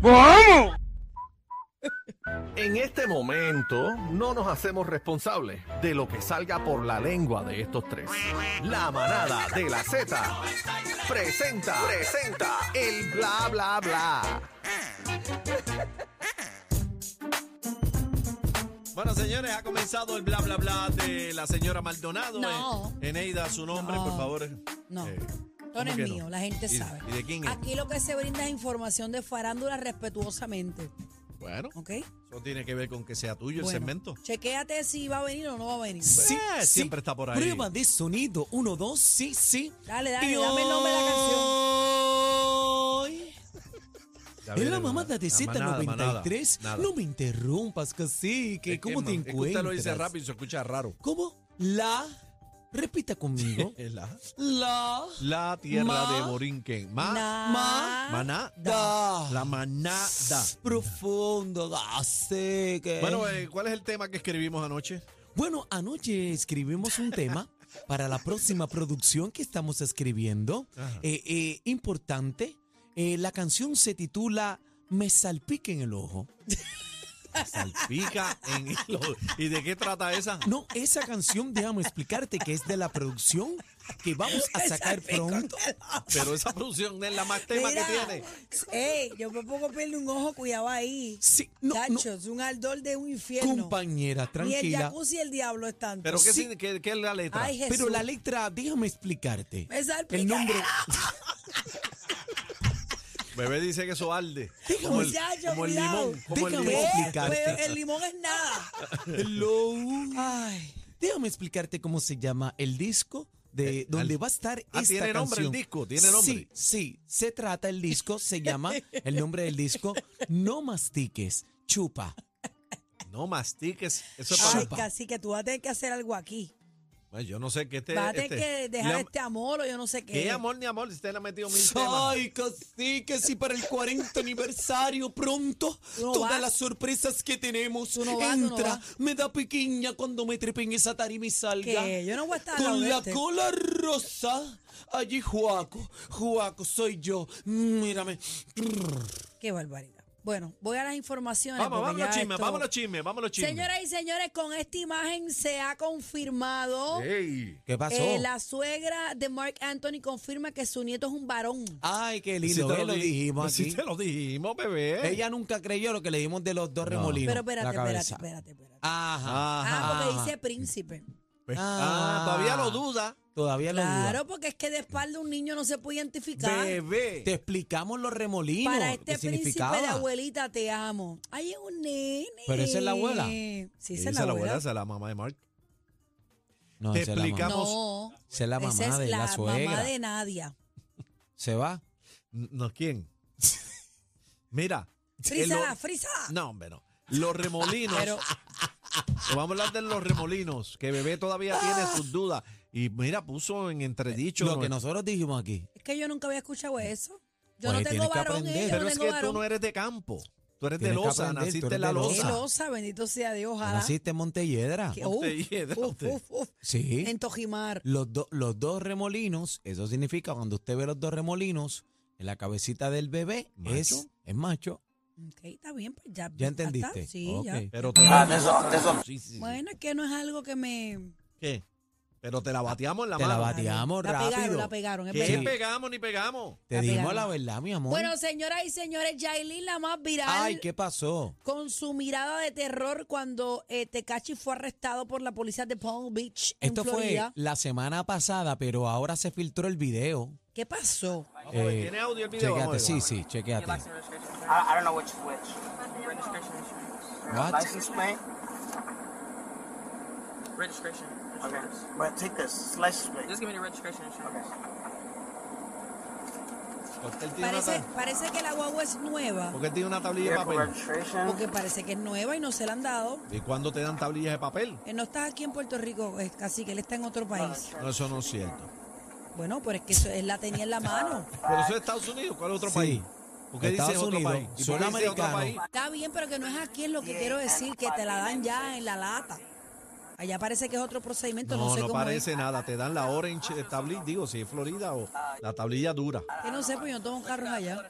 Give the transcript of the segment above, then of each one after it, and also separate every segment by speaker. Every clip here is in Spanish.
Speaker 1: ¡Vamos!
Speaker 2: En este momento no nos hacemos responsables de lo que salga por la lengua de estos tres. La manada de la Z presenta, presenta el bla bla bla.
Speaker 3: Bueno, señores, ha comenzado el bla bla bla de la señora Maldonado.
Speaker 4: No.
Speaker 3: Eh, Eneida, su nombre,
Speaker 4: No.
Speaker 3: por favor.
Speaker 4: No.
Speaker 3: Eh,
Speaker 4: Esto no
Speaker 3: ¿cómo
Speaker 4: es
Speaker 3: que
Speaker 4: mío, la gente
Speaker 3: ¿Y-
Speaker 4: sabe.
Speaker 3: ¿Y de quién es?
Speaker 4: Aquí lo que se brinda es información de farándula respetuosamente,
Speaker 3: Bueno,
Speaker 4: ¿ok?
Speaker 3: eso tiene que ver con que sea tuyo el
Speaker 4: Bueno,
Speaker 3: segmento.
Speaker 4: Chequéate si va a venir o no va a venir.
Speaker 5: Sí,
Speaker 3: Eh,
Speaker 5: Ah, sí.
Speaker 3: siempre está por ahí.
Speaker 5: Prueba de sonido. Uno, dos, sí, sí.
Speaker 4: Dale, dale, dame el nombre de la canción.
Speaker 5: Hoy
Speaker 3: Ya
Speaker 5: en
Speaker 3: viene
Speaker 5: la mamada de
Speaker 3: manada, manada.
Speaker 5: Z93.
Speaker 3: Nada.
Speaker 5: No me interrumpas,
Speaker 3: Es
Speaker 5: cacique.
Speaker 3: que,
Speaker 5: ¿Cómo te
Speaker 3: man, es que Usted
Speaker 5: encuentras?
Speaker 3: lo dice rápido y se escucha raro.
Speaker 5: ¿Cómo? La. Repita conmigo.
Speaker 3: Es la,
Speaker 5: la.
Speaker 3: la tierra
Speaker 5: Ma-
Speaker 3: de Borinquen. Ma,
Speaker 4: Na-
Speaker 5: ma-
Speaker 3: maná,
Speaker 5: Da.
Speaker 3: la manada.
Speaker 5: Profundo, cacique.
Speaker 3: Bueno, eh, ¿cuál es el tema que escribimos anoche?
Speaker 5: Bueno, anoche escribimos un tema para la próxima producción que estamos escribiendo.
Speaker 3: Ajá.
Speaker 5: Eh, eh, importante. Eh, la canción se titula Me salpique en el ojo.
Speaker 3: Salpica en hilo. ¿Y de qué trata esa?
Speaker 5: No, esa canción, déjame explicarte que es de la producción que vamos a sacar pronto.
Speaker 3: Pero esa producción es la más tema que tiene.
Speaker 4: Ey, yo me pongo pierde un ojo, cuidado ahí.
Speaker 5: Sí, no, no,
Speaker 4: Tacho, es un ardor de un infierno.
Speaker 5: compañera,
Speaker 4: Ni el
Speaker 5: tranquila.
Speaker 4: jacuzzi y el diablo están.
Speaker 3: ¿Pero qué,
Speaker 5: Sí.
Speaker 3: sin- qué- qué es la letra?
Speaker 4: Ay, Jesús.
Speaker 5: Pero la letra, déjame explicarte.
Speaker 4: Me salpica
Speaker 5: El nombre.
Speaker 4: ¡Ah!
Speaker 3: Bebé dice que eso arde. Como el,
Speaker 4: Muchacho,
Speaker 3: como el
Speaker 4: cuidado.
Speaker 3: limón. Como el
Speaker 5: Déjame
Speaker 3: limón.
Speaker 4: ¿Qué?
Speaker 5: explicarte.
Speaker 4: Pues el limón es nada.
Speaker 5: Hello.
Speaker 4: Ay,
Speaker 5: Déjame explicarte cómo se llama el disco de
Speaker 3: Eh,
Speaker 5: donde
Speaker 3: al-
Speaker 5: va a estar
Speaker 3: Ah,
Speaker 5: esta
Speaker 3: tiene nombre el
Speaker 5: canción.
Speaker 3: disco, tiene nombre.
Speaker 5: Sí, sí, se trata el disco, se llama el nombre del disco No mastiques, chupa.
Speaker 3: No mastiques. Eso es
Speaker 4: ay,
Speaker 3: para.
Speaker 5: Chupa.
Speaker 4: casi que tú vas a tener que hacer algo aquí.
Speaker 3: Ay, yo no sé qué este.
Speaker 4: Vas a tener
Speaker 3: este-
Speaker 4: que
Speaker 3: le
Speaker 4: dejar
Speaker 3: ha-
Speaker 4: este amor o yo no sé qué.
Speaker 3: ¿Qué amor ni amor? Si usted le ha metido mil temas.
Speaker 5: Ay, cacique, si para el 40 aniversario pronto,
Speaker 4: Tú no
Speaker 5: todas
Speaker 4: vas.
Speaker 5: las sorpresas que tenemos,
Speaker 4: Tú no vas, tú no
Speaker 5: entra,
Speaker 4: vas.
Speaker 5: me da pequeña cuando me trepe en esa tarima y salga.
Speaker 4: Que yo no voy a estar al lado
Speaker 5: Con
Speaker 4: de
Speaker 5: la
Speaker 4: este.
Speaker 5: cola rosa, allí Juaco, Juaco soy yo, mírame.
Speaker 4: Qué barbaridad. Bueno, voy a las informaciones.
Speaker 3: Vamos,
Speaker 4: porque
Speaker 3: vámonos
Speaker 4: ya
Speaker 3: chisme,
Speaker 4: esto-
Speaker 3: vámonos chisme, vámonos chisme.
Speaker 4: Señoras y señores, con esta imagen se ha confirmado.
Speaker 3: Ey.
Speaker 5: ¿Qué pasó?
Speaker 4: eh, la suegra de Mark Anthony confirma que su nieto es un varón.
Speaker 5: Ay,
Speaker 3: Pues
Speaker 5: qué
Speaker 3: Si
Speaker 5: lindo,
Speaker 3: te
Speaker 5: ve, lo
Speaker 3: di-
Speaker 5: dijimos
Speaker 3: si
Speaker 5: aquí.
Speaker 3: te lo dijimos, bebé.
Speaker 5: Ella nunca creyó lo que le dimos de los dos remolinos.
Speaker 4: Pero espérate,
Speaker 5: la
Speaker 4: espérate,
Speaker 5: cabeza.
Speaker 4: espérate, espérate.
Speaker 5: Ajá.
Speaker 4: Ah, porque
Speaker 5: ajá.
Speaker 4: dice príncipe.
Speaker 3: Ah, todavía lo duda.
Speaker 5: Todavía lo duda.
Speaker 4: Claro, porque es que de espalda un niño no se puede identificar.
Speaker 3: Bebé.
Speaker 5: Te explicamos los remolinos.
Speaker 4: Para
Speaker 5: qué
Speaker 4: este príncipe
Speaker 5: significaba.
Speaker 4: de abuelita te amo. Ay, es un nene.
Speaker 5: Pero esa es la abuela.
Speaker 4: Sí, esa
Speaker 3: Esa
Speaker 4: es la abuela.
Speaker 3: esa es la mamá de Mark.
Speaker 5: No,
Speaker 3: Te
Speaker 5: esa es la mamá.
Speaker 3: explicamos-
Speaker 4: No,
Speaker 5: Esa es la mamá
Speaker 4: esa
Speaker 5: de
Speaker 4: es
Speaker 5: la,
Speaker 4: la, mamá
Speaker 5: suegra.
Speaker 4: de Nadia.
Speaker 5: Se va.
Speaker 3: No, ¿quién? Mira. el
Speaker 4: Frízala,
Speaker 3: lo-
Speaker 4: frízala.
Speaker 3: No, hombre, no. Los remolinos.
Speaker 4: Pero-
Speaker 3: Vamos a hablar de los remolinos, que bebé todavía tiene sus dudas. Y mira, puso en entredicho.
Speaker 5: Lo que
Speaker 3: nuestro-
Speaker 5: nosotros dijimos aquí.
Speaker 4: Es que yo nunca había escuchado eso. Yo
Speaker 5: Pues
Speaker 4: no tengo
Speaker 5: tienes que
Speaker 4: varón,
Speaker 5: aprender.
Speaker 4: eh, yo
Speaker 3: Pero
Speaker 4: no
Speaker 3: es
Speaker 4: tengo
Speaker 3: que tú
Speaker 4: varón.
Speaker 3: no eres de campo. Tú eres de
Speaker 5: Tienes que
Speaker 3: loza,
Speaker 5: aprender, tú
Speaker 3: naciste
Speaker 5: eres
Speaker 3: en la
Speaker 5: de
Speaker 4: Qué
Speaker 3: loza.
Speaker 5: loza.
Speaker 4: losa, bendito sea Dios, ojalá.
Speaker 5: Naciste en Montelledra.
Speaker 4: Que-
Speaker 3: Ponte
Speaker 4: uf,
Speaker 3: hiedra,
Speaker 4: uf,
Speaker 3: usted.
Speaker 4: uf, uf.
Speaker 5: Sí.
Speaker 4: En Tojimar.
Speaker 5: Los, do- los dos remolinos, eso significa cuando usted ve los dos remolinos, en la cabecita del bebé es,
Speaker 3: Macho.
Speaker 5: es macho.
Speaker 4: Ok, está bien, pues ya.
Speaker 5: ¿Ya entendiste?
Speaker 4: está, sí,
Speaker 5: Ok.
Speaker 4: ya. Ah,
Speaker 3: Pero te la... Sí, sí, sí.
Speaker 4: Bueno, es que no es algo que me...
Speaker 3: ¿Qué? Pero te la bateamos en la
Speaker 5: Te la
Speaker 3: mano.
Speaker 5: bate- Pateamos
Speaker 4: la pegaron,
Speaker 5: rápido.
Speaker 4: la pegaron, es
Speaker 3: ¿Qué
Speaker 4: verdad.
Speaker 3: pegamos ni pegamos?
Speaker 5: Te
Speaker 4: La
Speaker 5: dimos
Speaker 4: pegada.
Speaker 5: la verdad, mi amor.
Speaker 4: Bueno, señoras y señores, Yailin, la más viral.
Speaker 5: Ay, ¿qué pasó?
Speaker 4: Con su mirada de terror cuando eh, Tecachi fue arrestado por la policía de Palm Beach en
Speaker 5: Esto fue
Speaker 4: Florida.
Speaker 5: la semana pasada, pero ahora se filtró el video.
Speaker 4: ¿Qué pasó?
Speaker 3: Vamos a ver, ¿Tiene audio el video?
Speaker 5: Chequeate,
Speaker 3: Vamos a
Speaker 5: Eh, sí,
Speaker 3: ver.
Speaker 5: sí, chequeate.
Speaker 6: I, I don't know which is which. Registration
Speaker 5: What?
Speaker 6: License plate. Registration. Okay. But take this license plate. Just give me the registration insurance.
Speaker 3: Porque él tiene, una,
Speaker 4: Parece,
Speaker 3: ta-
Speaker 4: parece que la guagua es nueva,
Speaker 3: porque él tiene una tablilla de
Speaker 6: Vehicle
Speaker 3: papel.
Speaker 6: registration.
Speaker 4: porque parece que es nueva y no se la han dado.
Speaker 3: ¿Y cuándo te dan tablillas de papel?
Speaker 4: Él no está aquí en Puerto Rico, es casi que él está en otro país.
Speaker 3: No, eso no es cierto.
Speaker 4: Bueno, pero es que eso, él la tenía en la mano.
Speaker 3: Pero eso es Estados Unidos, ¿cuál es otro
Speaker 5: Sí.
Speaker 3: país? ¿Por qué dices
Speaker 5: Estados
Speaker 3: otro
Speaker 5: Unidos,
Speaker 3: país? ¿Y por qué
Speaker 5: son
Speaker 3: dices otro
Speaker 5: americanos.
Speaker 3: país?
Speaker 4: Está bien, pero que no es aquí, es lo que quiero decir, que te la dan ya en la lata. Allá parece que es otro procedimiento, no,
Speaker 3: No,
Speaker 4: sé
Speaker 3: no
Speaker 4: cómo
Speaker 3: parece nada. Te dan la orange eh, de tablilla, digo, si es Florida o la tablilla dura.
Speaker 4: es. Que no sé, pues yo no tengo carros allá.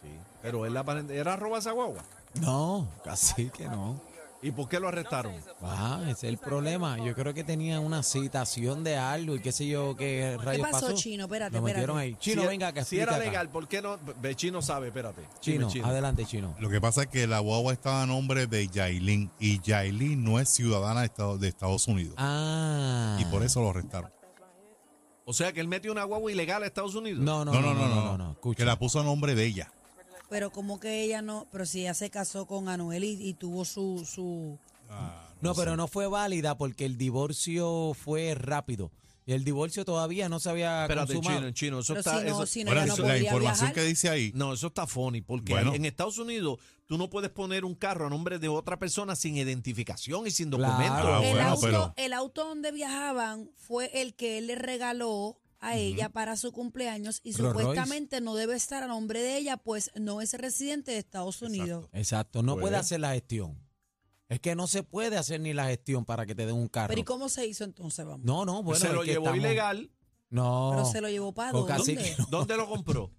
Speaker 3: Sí. Pero él aparente- era roba esa guagua.
Speaker 5: No, casi que no.
Speaker 3: ¿Y por qué lo arrestaron?
Speaker 5: Ah, ese es el problema. Yo creo que tenía una citación de algo y qué sé yo qué rayos
Speaker 4: pasó, Chino? Espérate,
Speaker 5: Lo
Speaker 4: espérate.
Speaker 5: metieron ahí. Chino,
Speaker 3: Si-
Speaker 5: venga, que
Speaker 3: Si era
Speaker 5: explica acá.
Speaker 3: legal, ¿por qué no? Ve, Chino sabe, espérate. Dime,
Speaker 5: Chino, adelante, Chino.
Speaker 1: Lo que pasa es que la guagua estaba a nombre de Yailin y Yailin no es ciudadana de Estados, de Estados Unidos.
Speaker 5: Ah.
Speaker 1: Y por eso lo arrestaron.
Speaker 3: O sea, que él metió una guagua ilegal a Estados Unidos.
Speaker 5: No, no, no, no, no, no, no, escucha.
Speaker 1: Que la puso a nombre de ella.
Speaker 4: Pero como que ella no, pero si ella se casó con Anuel y, y tuvo su, su
Speaker 5: No, pero no fue válida porque el divorcio fue rápido. Y el divorcio todavía no se había
Speaker 3: Espérate,
Speaker 5: consumado.
Speaker 3: Chino, Chino. Eso
Speaker 4: Pero
Speaker 3: está.
Speaker 4: si no,
Speaker 3: eso-
Speaker 4: si no,
Speaker 1: Ahora,
Speaker 4: ella no
Speaker 1: la
Speaker 4: podía
Speaker 1: información
Speaker 4: viajar.
Speaker 1: que dice ahí,
Speaker 3: No, eso está funny, porque
Speaker 1: Bueno.
Speaker 3: en Estados Unidos tú no puedes poner un carro a nombre de otra persona sin identificación y sin
Speaker 5: Claro.
Speaker 3: documento.
Speaker 1: Ah,
Speaker 4: el,
Speaker 1: bueno,
Speaker 4: auto,
Speaker 1: pero-
Speaker 4: el auto donde viajaban fue el que él le regaló a ella para su cumpleaños y
Speaker 5: Rolls Royce.
Speaker 4: supuestamente no debe estar a nombre de ella, pues no es residente de Estados Unidos.
Speaker 5: Exacto, no
Speaker 3: Pues.
Speaker 5: puede hacer la gestión. Es que no se puede hacer ni la gestión para que te den un carro.
Speaker 4: Pero ¿y cómo se hizo entonces, vamos?
Speaker 5: No, no, bueno.
Speaker 3: se
Speaker 5: es
Speaker 3: lo
Speaker 5: que
Speaker 3: llevó
Speaker 5: estamos-
Speaker 3: ilegal.
Speaker 5: No.
Speaker 4: Pero se lo llevó para
Speaker 5: Con
Speaker 4: dónde?
Speaker 5: cacique, no.
Speaker 3: ¿Dónde lo compró?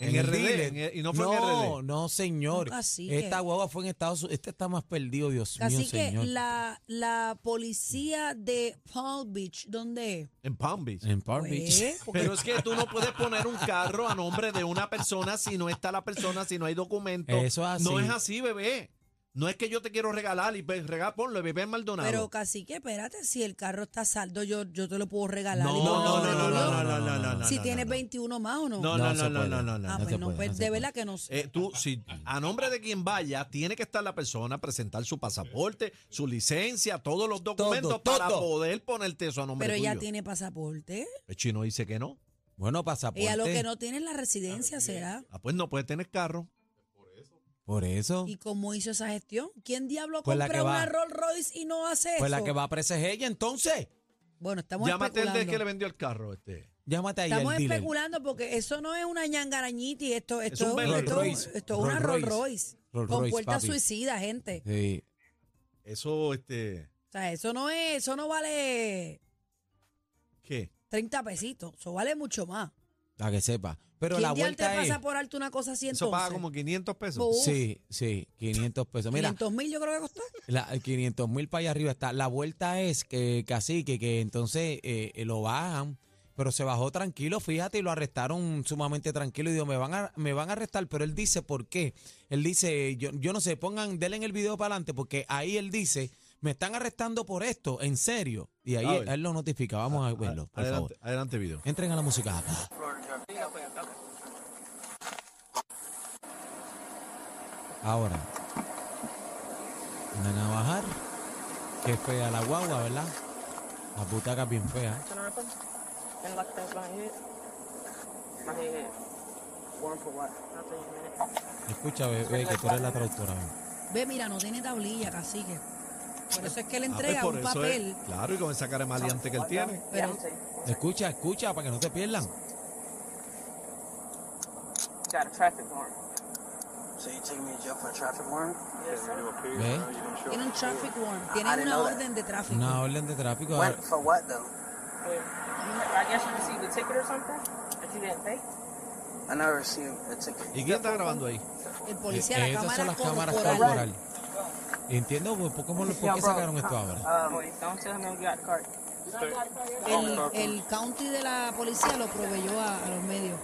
Speaker 3: en,
Speaker 5: el
Speaker 3: RD.
Speaker 5: dealer.
Speaker 3: en el- y no fue en
Speaker 5: No,
Speaker 3: RD.
Speaker 5: no, señor.
Speaker 4: No, cacique.
Speaker 5: Esta guagua fue en Estados Unidos. Este está más perdido, Dios mío,
Speaker 4: Así que
Speaker 5: señor.
Speaker 4: la, la policía de Palm Beach, ¿dónde es?
Speaker 3: En Palm Beach.
Speaker 5: En Palm Beach.
Speaker 4: Pues, porque-
Speaker 3: Pero es que tú no puedes poner un carro a nombre de una persona si no está la persona, si no hay documento.
Speaker 5: Eso es así.
Speaker 3: No es así, bebé. No es que yo te quiero regalar y pues, regalar, ponlo, bebé Maldonado.
Speaker 4: Pero casi que espérate, si el carro está a saldo, yo, yo te lo puedo regalar.
Speaker 3: no,
Speaker 4: y
Speaker 3: no, no,
Speaker 4: ponértelo
Speaker 3: no, no,
Speaker 4: tuyo.
Speaker 3: no, no, no, no, no,
Speaker 4: si
Speaker 3: no,
Speaker 4: tienes
Speaker 3: no.
Speaker 4: 21 más o no.
Speaker 3: No, no,
Speaker 5: se
Speaker 3: no, no,
Speaker 5: puede.
Speaker 3: no, no, no.
Speaker 4: ah,
Speaker 5: no
Speaker 4: pues
Speaker 5: se
Speaker 4: no,
Speaker 5: puede,
Speaker 4: pues
Speaker 5: no se
Speaker 4: de
Speaker 5: puede.
Speaker 4: verdad que no sé.
Speaker 3: Eh, tú, si a nombre de quien vaya, tiene que estar la persona, presentar su pasaporte, su licencia, todos los documentos para
Speaker 5: todo.
Speaker 3: poder ponerte eso a nombre
Speaker 4: Pero
Speaker 3: tuyo.
Speaker 4: ella tiene pasaporte.
Speaker 3: El chino dice que no.
Speaker 5: Bueno, pasaporte.
Speaker 4: Ella lo que no tiene es la residencia, ¿será?
Speaker 3: Ah, pues no puede tener carro.
Speaker 5: Por eso.
Speaker 4: ¿Y cómo hizo esa gestión? ¿Quién diablo
Speaker 5: Pues la
Speaker 4: compra
Speaker 5: que va.
Speaker 4: una Rolls Royce y no hace
Speaker 5: Pues
Speaker 4: eso?
Speaker 5: la que va presa es ella, entonces.
Speaker 4: Bueno, estamos
Speaker 3: Llámate el de
Speaker 4: especulando.
Speaker 3: que le vendió el carro. Este.
Speaker 5: Llámate ahí
Speaker 4: Estamos
Speaker 5: al dealer.
Speaker 4: especulando porque eso no es una ñangarañiti, esto, esto
Speaker 3: un
Speaker 4: esto-
Speaker 3: Rolls
Speaker 5: Royce.
Speaker 4: esto es una
Speaker 5: Rolls
Speaker 4: Rolls Royce.
Speaker 5: Rolls
Speaker 4: con
Speaker 5: Royce,
Speaker 4: puerta
Speaker 5: papi.
Speaker 4: suicida, gente.
Speaker 5: Sí.
Speaker 3: Eso, este.
Speaker 4: O sea, eso no es, eso no vale
Speaker 3: ¿Qué?
Speaker 4: 30 pesitos, eso vale mucho más.
Speaker 5: Para que sepa. Pero la
Speaker 4: ¿Quién diante
Speaker 5: vuelta es.
Speaker 4: pasa por alto una cosa así entonces?
Speaker 3: Eso paga como 500 pesos.
Speaker 4: Uf,
Speaker 5: Sí, sí, 500 pesos. Mira,
Speaker 4: 500 mil yo creo que costó.
Speaker 5: la- el 500 mil para allá arriba está. La vuelta es que casi que, que entonces eh, eh, lo bajan, pero se bajó tranquilo, fíjate, y lo arrestaron sumamente tranquilo. Y digo, me van a, me van a arrestar, pero él dice por qué. Él dice, yo, yo no sé, pongan, denle en el video para adelante, porque ahí él dice, me están arrestando por esto, en serio. Y ahí
Speaker 3: A
Speaker 5: él,
Speaker 3: ver.
Speaker 5: él lo notifica. Vamos a verlo, por
Speaker 3: Pues, adelante,
Speaker 5: favor.
Speaker 3: adelante, video.
Speaker 5: Entren a la música. papá. Ahora. Andan a bajar. Qué fea la guagua, ¿verdad? La butaca bien fea.
Speaker 6: Turn around, please. And like that's behind your head. My head. One for what? Nothing, man.
Speaker 5: Escucha, bebé, que tú eres la traductora. bebé.
Speaker 4: Ve, mira, no tiene tablilla, cacique. Por eso es que le
Speaker 3: Ah, pues
Speaker 4: entrega
Speaker 3: por
Speaker 4: un
Speaker 3: eso
Speaker 4: papel.
Speaker 3: es- claro, y con esa cara de maleante que él tiene.
Speaker 4: Pero
Speaker 5: Escucha, escucha, para que no te pierdan.
Speaker 6: Got a traffic warrant.
Speaker 7: So you taking me to jail for a traffic warrant?
Speaker 6: Yes, sir.
Speaker 5: ¿Ves?
Speaker 4: tiene un traffic warrant,
Speaker 7: I
Speaker 4: tiene
Speaker 7: didn't
Speaker 4: una
Speaker 7: know that.
Speaker 4: orden de tráfico.
Speaker 5: Una orden de tráfico. Eh,
Speaker 7: What for what though?
Speaker 6: But you, I guess you received a ticket or something that you didn't pay.
Speaker 7: I never received a ticket.
Speaker 3: ¿Y quién está grabando ahí?
Speaker 4: El
Speaker 5: Eh,
Speaker 4: policía, la
Speaker 5: esas
Speaker 4: cámara
Speaker 5: son las cámaras
Speaker 4: corporal.
Speaker 5: corporal. Entiendo, pues, ¿por, cómo lo- por qué sacaron esto ahora?
Speaker 6: Uh,
Speaker 7: Um,
Speaker 6: Wait, don't tell him Oh, you got a card.
Speaker 4: El, el county de la policía lo proveyó a, a los medios.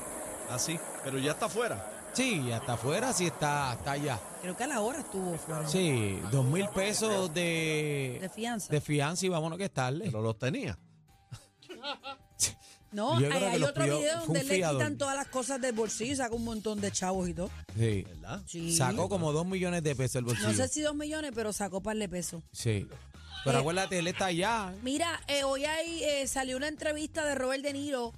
Speaker 3: Así, pero ya está afuera.
Speaker 5: Sí, hasta afuera, sí está, está allá.
Speaker 4: Creo que a la hora estuvo fuera
Speaker 5: Sí, dos mil pesos de,
Speaker 4: de fianza.
Speaker 5: de fianza y vámonos que es tarde.
Speaker 3: Pero los tenía.
Speaker 4: no,
Speaker 5: yo
Speaker 4: hay,
Speaker 5: creo que
Speaker 4: hay
Speaker 5: lo
Speaker 4: otro
Speaker 5: pidió-
Speaker 4: video
Speaker 5: fue
Speaker 4: donde
Speaker 5: un
Speaker 4: le
Speaker 5: fiador.
Speaker 4: quitan todas las cosas del bolsillo y saca un montón de chavos y todo.
Speaker 5: Sí.
Speaker 3: ¿Verdad?
Speaker 4: Sí.
Speaker 5: Sacó como dos millones de pesos el bolsillo.
Speaker 4: No sé si dos millones, pero sacó par de pesos.
Speaker 5: Sí. Pero
Speaker 4: Eh.
Speaker 5: acuérdate, él está allá.
Speaker 4: Mira, eh, hoy ahí eh, salió una entrevista de Robert De Niro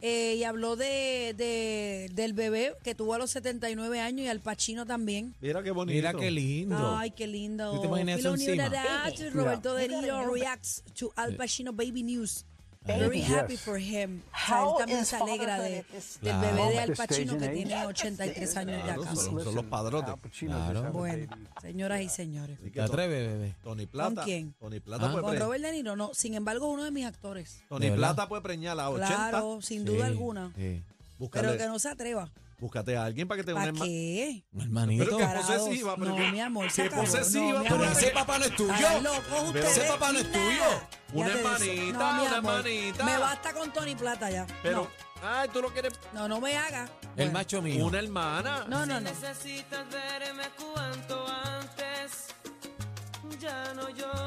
Speaker 4: eh, y habló de, de- del bebé que tuvo a los 79 años y al Pachino también.
Speaker 3: Mira qué bonito.
Speaker 5: Mira qué lindo.
Speaker 4: Ay, qué lindo.
Speaker 5: ¿Tú te imaginas eso
Speaker 4: Feel new
Speaker 5: encima?
Speaker 4: that that Roberto De Niro reacts to Al Pacino baby news.
Speaker 5: Ah,
Speaker 4: Very happy for him. O sea, él también se alegra de, del
Speaker 5: Claro.
Speaker 4: bebé de Al Pacino que tiene 83 años ya
Speaker 3: Claro,
Speaker 4: casi.
Speaker 3: son, son los padrotes.
Speaker 5: Claro.
Speaker 4: Bueno, señoras y señores.
Speaker 5: ¿Te atreves, bebé?
Speaker 3: Tony Plata.
Speaker 4: ¿Con quién?
Speaker 3: Tony Plata,
Speaker 5: Ah.
Speaker 3: puede,
Speaker 4: Con
Speaker 3: pre-
Speaker 4: Robert De Niro, no. Sin embargo, uno de mis actores.
Speaker 3: Tony
Speaker 5: ¿De verdad?
Speaker 3: Plata puede preñar a 80.
Speaker 4: Claro, sin duda
Speaker 5: Sí,
Speaker 4: alguna.
Speaker 5: sí.
Speaker 3: Búscale,
Speaker 4: Pero que no se atreva.
Speaker 3: Búscate a alguien para que te dé
Speaker 4: ¿Para
Speaker 3: una
Speaker 4: qué?
Speaker 5: Un hermanito.
Speaker 3: Pero que-
Speaker 4: Tarados.
Speaker 3: posesiva, pero
Speaker 4: no,
Speaker 3: que-
Speaker 4: mi amor,
Speaker 3: que
Speaker 4: se acabó.
Speaker 3: posesiva,
Speaker 4: no, mi
Speaker 3: pero
Speaker 4: amor.
Speaker 3: ese
Speaker 5: papá no es tuyo.
Speaker 4: Están locos ustedes,
Speaker 5: Ese papá no es
Speaker 4: nada.
Speaker 5: tuyo.
Speaker 4: Fíjate de
Speaker 3: Una
Speaker 4: eso.
Speaker 3: hermanita,
Speaker 4: No, mi
Speaker 3: una
Speaker 4: amor,
Speaker 3: hermanita.
Speaker 4: Me basta con Tony Plata ya.
Speaker 3: Pero, ay, tú lo quieres.
Speaker 4: no, no, no me haga.
Speaker 5: El
Speaker 4: Bueno.
Speaker 5: macho mío.
Speaker 3: Una hermana.
Speaker 4: No, no, no.
Speaker 6: Necesitas verme cuanto antes. Ya no yo.